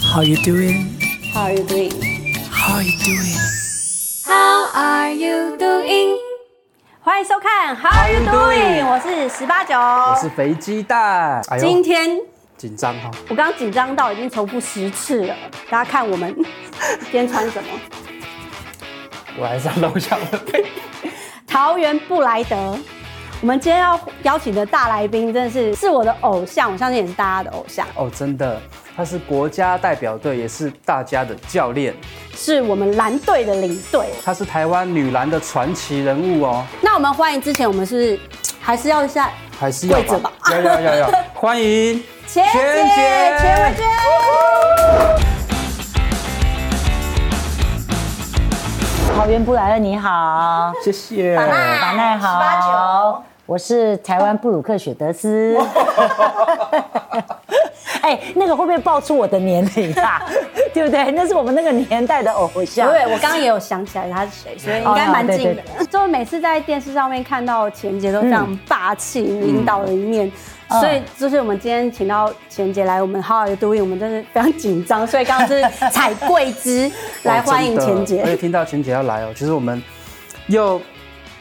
How you doing? How are you doing? How you doing? How are you doing? 欢迎收看 How are you doing？我是十八九，我是肥鸡蛋，哎今呦，天紧张哦哈，我刚紧张到已经重复十次了，大家看我 们今天穿什么？我还是要弄一下我的背。桃园布莱德。我们今天要邀请的大来宾真的是是我的偶像，我相信也是大家的偶像，哦，真的，他是国家代表队，也是大家的教练，是我们蓝队的领队。他是台湾女篮的传奇人物哦，那我们欢迎之前，我们是不是还是要一下还是要跪着吧要要要 要，欢迎钱姐，钱慧娟。桃园布莱恩你好，谢谢。板奈好，我是台湾布鲁克雪德斯。 哎、那个会不会爆出我的年龄啊？ 对不对？那是我们那个年代的偶像。对，我刚刚也有想起来他是谁，所以应该蛮近哦对的。就是每次在电视上面看到钱姐都非常霸气、领导的一面，所以就是我们今天请到钱姐来，我们 How are you doing？我们真的非常紧张，所以刚刚是踩跪姿来欢迎钱而且姐。听到钱姐要来哦，其实我们又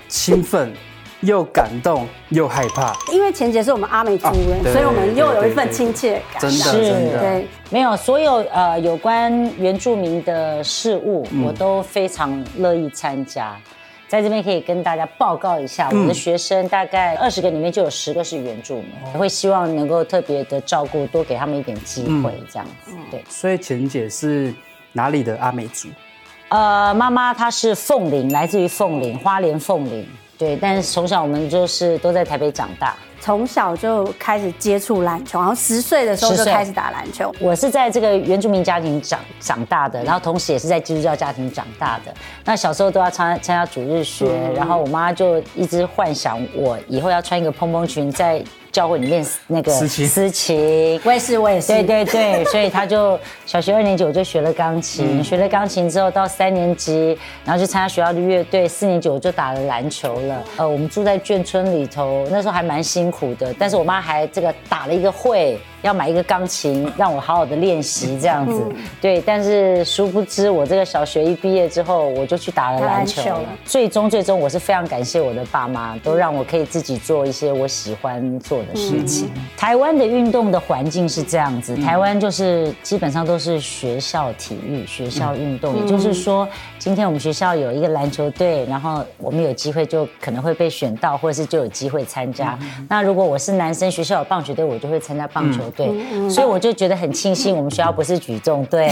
兴奋，又感动，又害怕，因为钱姐是我们阿美族人啊，对所以我们又有一份对对对亲切感。真的是真的，对，没有，所有呃有关原住民的事物，我都非常乐意参加。在这边可以跟大家报告一下，我的学生大概二十个里面就有十个是原住民，会希望能够特别的照顾，多给他们一点机会，这样子。对，所以钱姐是哪里的阿美 族？呃，妈妈她是凤林，来自于凤林，花莲凤林。对，但是从小我们就是都在台北长大。从小就开始接触篮球，然后十岁的时候就10岁开始打篮球。我是在这个原住民家庭长长大的，然后同时也是在基督教家庭长大的。那小时候都要参参加主日学，然后我妈就一直幻想我以后要穿一个蓬蓬裙在教会里面那个司琴私琴。我也是，我也是。对对对，所以她就小学二年级我就学了钢嗯琴，学了钢琴之后到三年级，然后就参加学校的乐队，四年级我就打了篮球了。呃，我们住在眷村里头，那时候还蛮辛苦的，但是我妈还这个打了一个会，要买一个钢琴让我好好的练习这样子。嗯对，但是殊不知我这个小学一毕业之后，我就去打了打篮篮球球了了。最终最终，我是非常感谢我的爸妈，都让我可以自己做一些我喜欢做的事情。台湾的运动的环境是这样子，台湾就是基本上都是学校体育、学校运动，也就是说，今天我们学校有一个篮球队，然后我们有机会就可能会被选到，或者是就有机会参加。那如果我是男生，学校有棒球队，我就会参加棒球队，所以我就觉得很庆幸，我们学校不是举重队，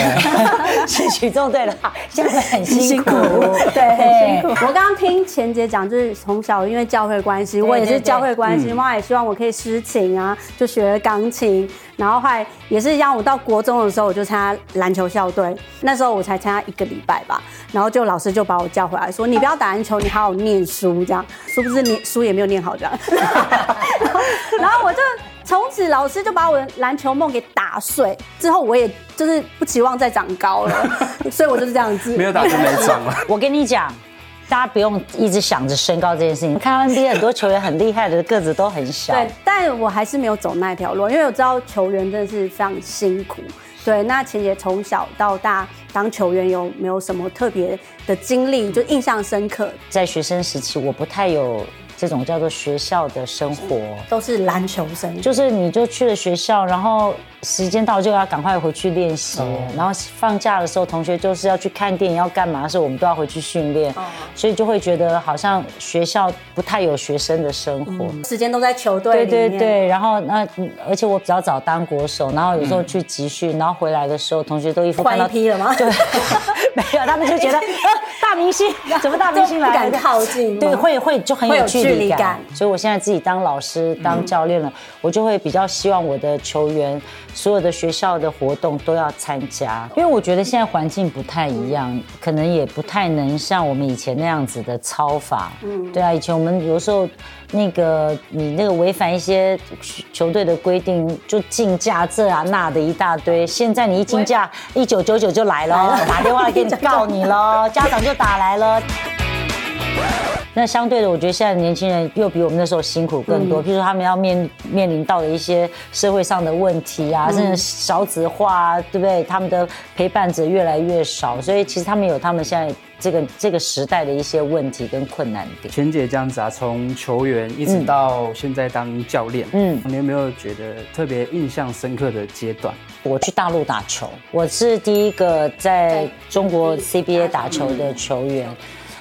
是举重队的话，这样子很辛苦，对，很辛苦。我刚刚听钱姐讲，就是从小因为教会关系，对我也是教会关嗯系，妈妈也希望我可以诗情啊，就学了钢琴。然后后来也是让我到国中的时候，我就参加篮球校队，那时候我才参加一个礼拜吧，然后就老师就把我叫回来，说你不要打篮球，你好好念书这样。殊不知念书也没有念好这样， 然后然后我就。从此老师就把我的篮球梦给打碎，之后我也就是不期望再长高了，所以我就是这样子。没有打就没长了。我跟你讲，大家不用一直想着身高这件事情。看到 NBA 很多球员很厉害的，个子都很小。对，但我还是没有走那条路，因为我知道球员真的是非常辛苦。对，那钱姐从小到大当球员有没有什么特别的经历，就印象深刻？在学生时期，我不太有这种叫做学校的生活。都是篮球生，就就是你就去了学校，然后时间到就要赶快回去练习，然后放假的时候同学就是要去看电影要干嘛的时候，我们都要回去训练，哦所以就会觉得好像学校不太有学生的生活。时间都在球队对里面。对对，然后那嗯而且我比较早当国手，然后有时候去集训，然后回来的时候，同学都一副嗯换看一到批了吗？对， 没有，他们就 觉得、呃、大明星怎么大明星来就了不敢靠近吗对，会会就很会有有距距离离感。嗯感所以我现在自己当老师、当教练了，我就会比较希望我的球员所有的学校的活动都要参加，因为我觉得现在环境不太一样，可能也不太能像我们以前那样子的操法。嗯，对啊，以前我们有时候那个你那个违反一些球队的规定，就竞价这啊那的一大堆。现在你一竞价，一九九九就哦 来了，打电话来给你告你喽，家长就打来了。那相对的，我觉得现在的年轻人又比我们那时候辛苦更多。譬如说他们要面面临到的一些社会上的问题啊，甚至少子化、啊，对不对？他们的陪伴者越来越少，所以其实他们有他们现在这个这个时代的一些问题跟困难点。全姐这样子啊，从球员一直到现在当教练，嗯嗯，你有没有觉得特别印象深刻的阶段？我去大陆打球，我是第一个在中国 CBA 打球的球员。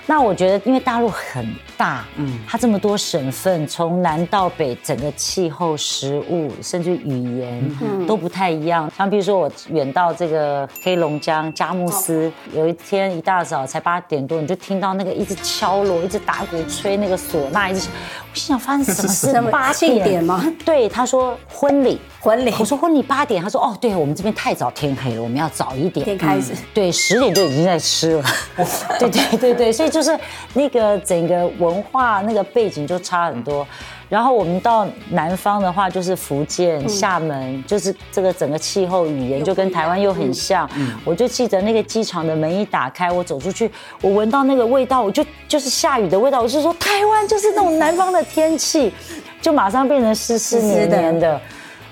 那我觉得，因为大陆很大，嗯，它这么多省份，从南到北，整个气候、食物，甚至语言、嗯都不太一样。像比如说，我远到这个黑龙江佳木斯，哦有一天一大早才八点多，你就听到那个一直敲锣、一直打鼓、吹那个唢呐，一直，我心想发生什么 什事？么八庆典吗？对，他说婚礼。婚礼我说婚礼八点，他说哦，对我们这边太早天黑了，我们要早一点嗯点。开始，对，十点就已经在吃了。 对对对对，所以就是那个整个文化那个背景就差很多。然后我们到南方的话，就是福嗯建、厦门，就是这个整个气候、语言就跟台湾又很像。嗯我就记得那个机场的门一打开，我走出去，我闻到那个味道，我就就是下雨的味道，我就说台湾就是那种南方的天气， 就马上变成湿湿湿湿黏的黏的。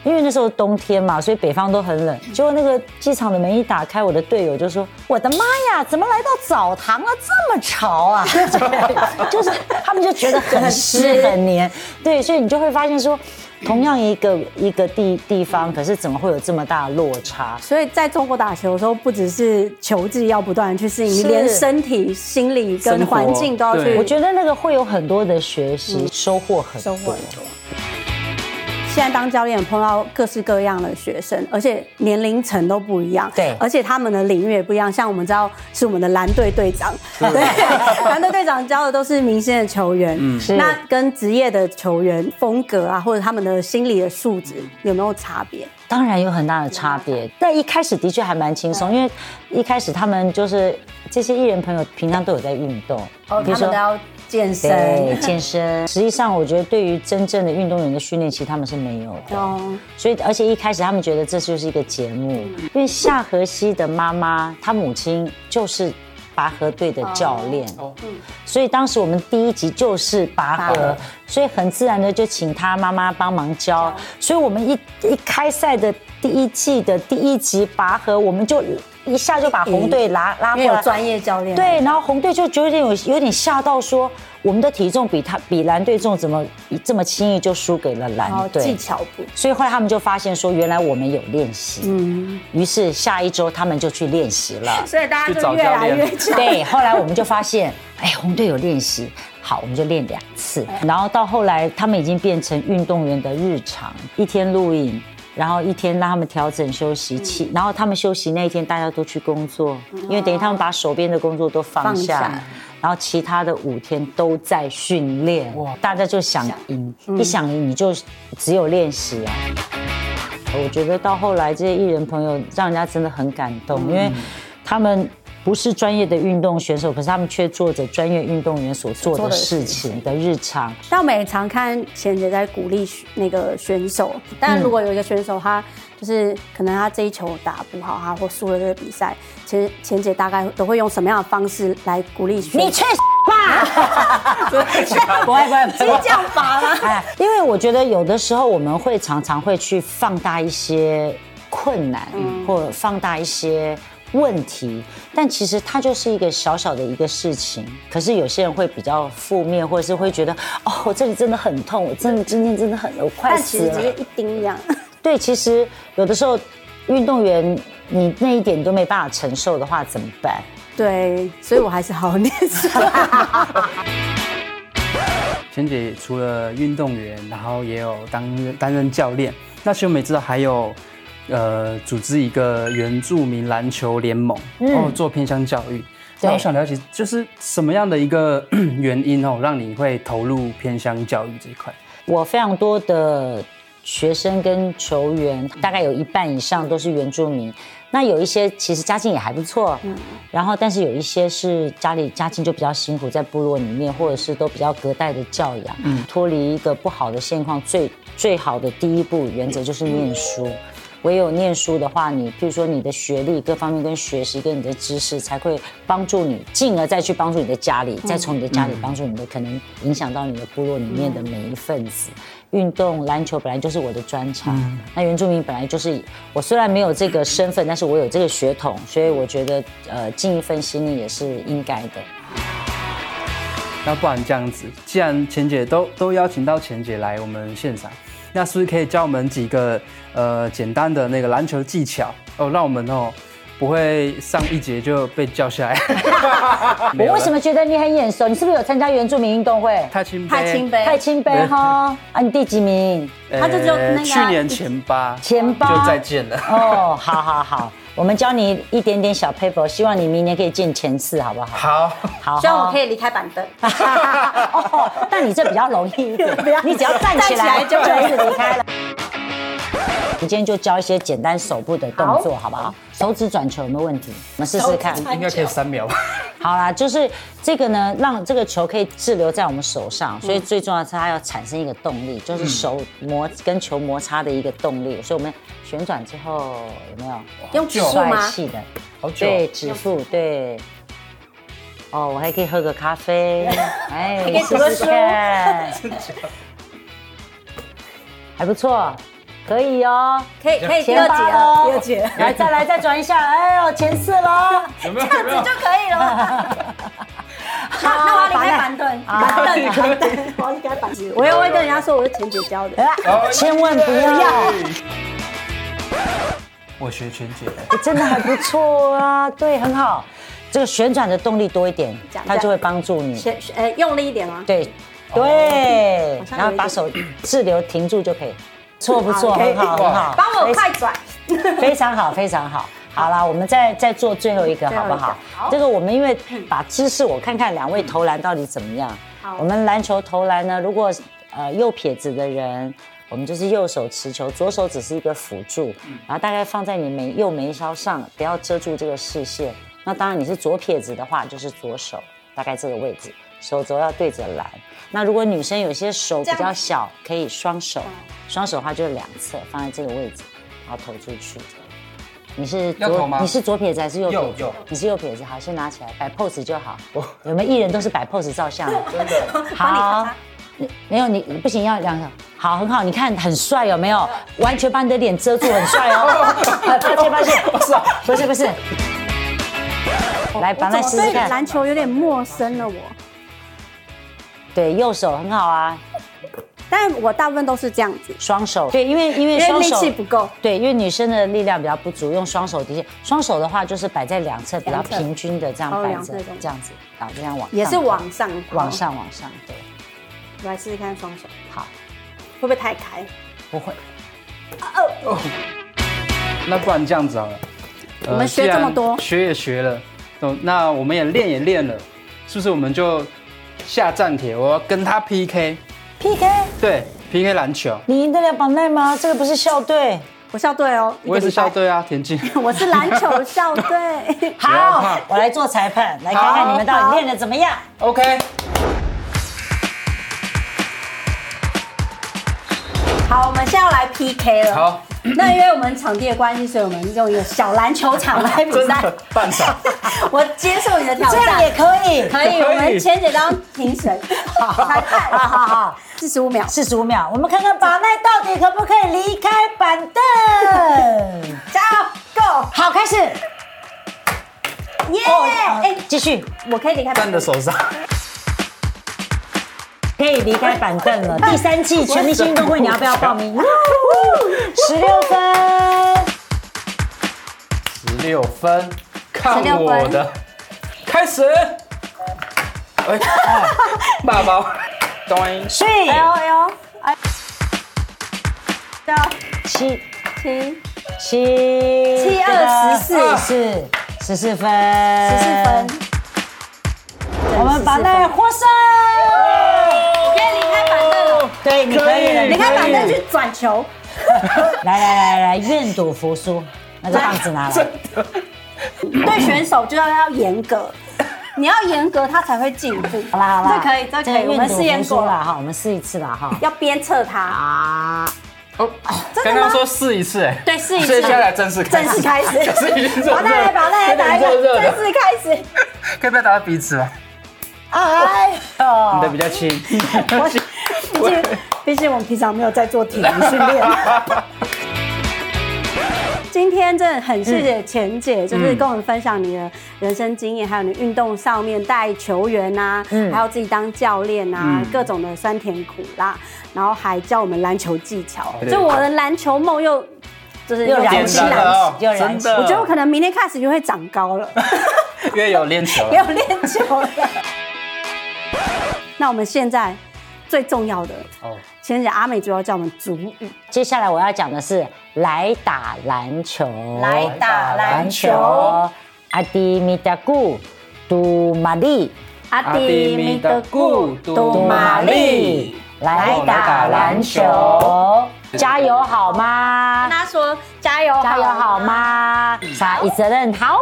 因为那时候冬天嘛，所以北方都很冷。结果那个机场的门一打开，我的队友就说：“我的妈呀，怎么来到澡堂了、这么潮啊！” 就是他们就觉得很湿很 黏，对，所以你就会发现说，同样一个一个地地方，可是怎么会有这么大的落差？所以在中国打球的时候，不只是球技要不断地去适应，你是连身体、心理跟生活环境都要去。对我觉得那个会有很多的学习，收获很嗯收获多很。多。现在当教练碰到各式各样的学生，而且年龄层都不一样，对而且他们的领域也不一样。像我们知道是我们的蓝队队长，对， 蓝队队长教的都是明星的球员，嗯，是那跟职业的球员风格啊，或者他们的心理的素质有没有差别？当然有很大的差别。但一开始的确还蛮轻松，因为一开始他们就是这些艺人朋友平常都有在运动，哦比如说要健对，健 身。实际上，我觉得对于真正的运动员的训练，其实他们是没有的。哦，所以，而且一开始他们觉得这就是一个节目，嗯因为夏荷西的妈妈，她母亲就是拔河队的教练，哦嗯所以当时我们第一集就是拔拔河河，所以很自然的就请她妈妈帮忙教，所以我们一一开赛的第一季的第一集拔河，我们就一下就把红队拉拉因嗯为过有来，专业教练，，对，然后红队就有点有有点吓到说，我们的体重比他比蓝队重，怎么这么轻易就输给了然后蓝哦技队？巧不所以后来他们就发现说，原来我们有练习，嗯，于是下一周他们就去练习了。所以大去找教练强 对，后来我们就发现，哎，红队有练习，好，我们就练两次。哎然后到后来，他们已经变成运动员的日常，一天录影，然后一天让他们调整休息嗯期，然后他们休息那一天大家都去工作，因为等于他们把手边的工作都放放下。下然后其他的五天都在训练，哇！大家就想赢，嗯一想赢你就只有练习啊。我觉得到后来这些艺人朋友让人家真的很感动，因为他们不是专业的运动选手，可是他们却做着专业运动员所做的事情的日常。但我们也常看贤姐在鼓励选那个选手，但如果有一个选手他就是可能他这一球打不好，他或输了这个比赛，其实贤姐大概都会用什么样的方式来鼓励选你手？去 吧！不会不会，不会这样罚吗？哎，因为我觉得有的时候我们会常常会去放大一些困难，或者放大一些问题，但其实它就是一个小小的一个事情。可是有些人会比较负面，或者是会觉得哦，我这里真的很痛，我真的今天真的很我快但其死实了只。是一丁这样， 对，其实有的时候运动员你那一点你都没办法承受的话，怎么办？对，所以我还是好好念 书。璇姐除了运动员，然后也有担任担任教练。那秀美知道还有，呃，组织一个原住民篮球联盟，然后做偏乡教育。嗯对那我想了解，就是什么样的一个 原因哦，让你会投入偏乡教育这一块？我非常多的学生跟球员，大概有一半以上都是原住民。那有一些其实家境也还不错，然后但是有一些是家里家境就比较辛苦，在部落里面或者是都比较隔代的教养，脱离一个不好的现况，最最好的第一步原则就是念书。唯有念书的话，你譬如说你的学历各方面跟学识跟你的知识，才会帮助你，进而再去帮助你的家里，再从你的家里帮助你的，可能影响到你的部落里面的每一份子。运动篮球本来就是我的专长，嗯那原住民本来就是我虽然没有这个身份，但是我有这个血统，所以我觉得呃尽一份心力也是应该的。那不然这样子，既然钱姐都都邀请到钱姐来我们现场，那是不是可以教我们几个呃简单的那个篮球技巧哦，让我们哦不会上一节就被叫下来？没 有了我为什么觉得你很眼熟？你是不是有参加原住民运动会？太清太清杯，太清杯哈啊，你第几名？呃他就只有那个啊去年前八，前八就再见了。哦，好好好，我们教你一点点小 paper，希望你明年可以进前四，好不好？好，好，希望我可以。以离开板凳。哦，那你这比较容 易一点，你只要站起来站起就来就可以离开了。我今天就教一些简单手部的动作，好不好？手指转球有没有问题？我们试试看。应该可以三秒吧。好啦，就是这个呢，让这个球可以滞留在我们手上，所以最重要的是它要产生一个动力，就是手摩跟球摩擦的一个动力。所以我们旋转之后有没有用指腹帅吗？气的？好久对，指腹对。哦，我还可以喝个咖 啡，哎，以读个试试看，还不错，可以哦。可以可以第前二八节喽了，第二节，来，再来，再转一下，哎呦，前四喽。 有没有？有没有这？ 就可以了。 那那我要离开板凳，板凳，板 凳，我要离开板凳。我又会跟人家说我是前姐教的，好啊千万不哎要我学全姐的，欸真的还不错啊，对，很好。这个旋转的动力多一点讲，一下它就会帮助你。前呃用力一点吗？对，对，像有一点然后把手滞留停住就可以。错不错？好可以很好，很好，哎帮我快转， 非非常好，非常好。好啦，我们再再做最后一个，最后好一不个好好？这个我们因为把姿势，我看看两位投篮到底怎么样好。我们篮球投篮呢，如果呃右撇子的人，我们就是右手持球，左手只是一个辅助，嗯然后大概放在你眉右眉梢上，不要遮住这个视线。那当然你是左撇子的话，就是左手，大概这个位置，手肘要对着篮。那如果女生有些手比这较样小，可以双手，嗯双手的话就是两侧放在这个位置，然后投出去。你是要投左吗你是左撇子还是右撇子？右右你是右撇子，好，先拿起来摆 pose 就好。我有没有艺人都是摆 pose 照相？真的好，你没有你不行，要两手。好，很好，你看很帅，有没哦有？完全把你的脸遮住，很帅 哦。呃抱歉，抱歉，啊不是不是。来，把来试试对看。篮球有点陌生了我，对，右手很好啊，但我大部分都是这样子，双手。对，因为因为因为双力手气不够。对，因为女生的力量比较不足，用双手的确，双手的话就是摆在两侧比较两侧平均的这样哦摆两着侧这样，这样子，啊，这样往也是上往上，往。上往上，对，我来试试看双手好，会不会太开？不会。哦哦那不然这样子好了，呃我们学这么多既然学也学了，哦那我们也练也练了，是不是我们就下战帖？我要跟他 PK， PK，对，PK 篮球。你赢得了榜内吗？这个不是校队，我校队哦，我也是一个礼校拜，队啊，田 径。我是篮球校队。要怕好，我来做裁判，来看看你们到底练的怎么样。 OK，好，我们现在要来 PK 了。好，那因为我们场地的关系，所以我们用一个小篮球场来比真赛。的半场。我接受你的挑这样战也，可以，可以。可以我们前姐当评审，裁判，好好好，四十五秒。四十五秒，我们看看榜内到底可不可以离开板 凳。加油，Go！好，开始，耶！哦，哎哎，，继续。我可以离开站板的凳。手上，可以离开板凳了。第三季全明星运动会，你要不要报 名？十六分，十六分，看16分我的，开始。哎，啊爸爸， 咚，睡哎呦哎呦，哎，六七七七七二十四四十四分，十四分，，我们把那获胜。可以离开板凳了，对，你可以了，离你开板凳去转球。来来来来，愿赌服输，那这棒子拿来。对选手就要要严 格，你要严格，他才会进步。好啦好啦，这可以，这可以，我们试验过了了，哈，我们试一次吧哈。要鞭策他。啊，哦，刚刚说试一次，哎，对试一次所以现在正式开 正始，式开始 是已经热宝热带来，宝 带来，打一有个，点热热正的，式开 始。可以不要打到鼻子吗？哎哦你呦，的比较轻， 毕竟毕竟我们平常没有在做体能训练。 今天真的很谢嗯谢钱姐，就是跟我们分享你的人生经验，还有你运动上面带球员啊，还有自己当教练啊，嗯各种的酸甜苦辣，然后还教我们篮球技巧。对就我的篮球梦又就是又燃燃起起简单来来了了。哦又燃起真我的觉得我可能明天开始就会长高了， 因为有练球没。有练球了。 那我们现在最重要的，哦，先姐阿美主要教我们主语，接下来我要讲的是来打篮球，来打篮球，阿迪米达古杜玛丽，阿迪米德古杜杜玛玛丽丽。来打篮球，加油好吗？他说加油，加油好？吗？撒一责任好，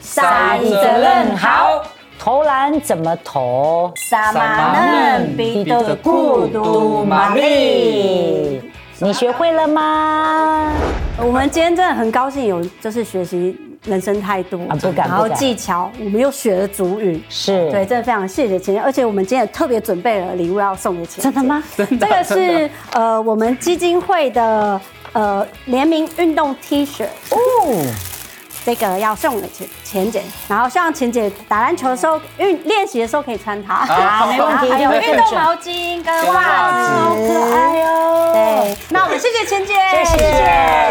撒一责任好，投篮怎么投？撒马嫩比的古杜玛丽。，你学会了吗？我们今天真的很高兴有，就是学习人生态度啊不，敢然后不敢技巧，我们又学了主语。是，对，，真的非常谢谢钱姐，而且我们今天也特别准备了礼物要送给钱姐。真的吗？这个是呃我们基金会的呃联名运动 T 恤，哦，这个要送给钱钱姐，然后希望钱姐打篮球的时候运练习的时候可以穿它，好没问题还有没问题运动毛巾跟袜跟子，袜子好可爱哦。对，那我们谢谢钱姐，谢谢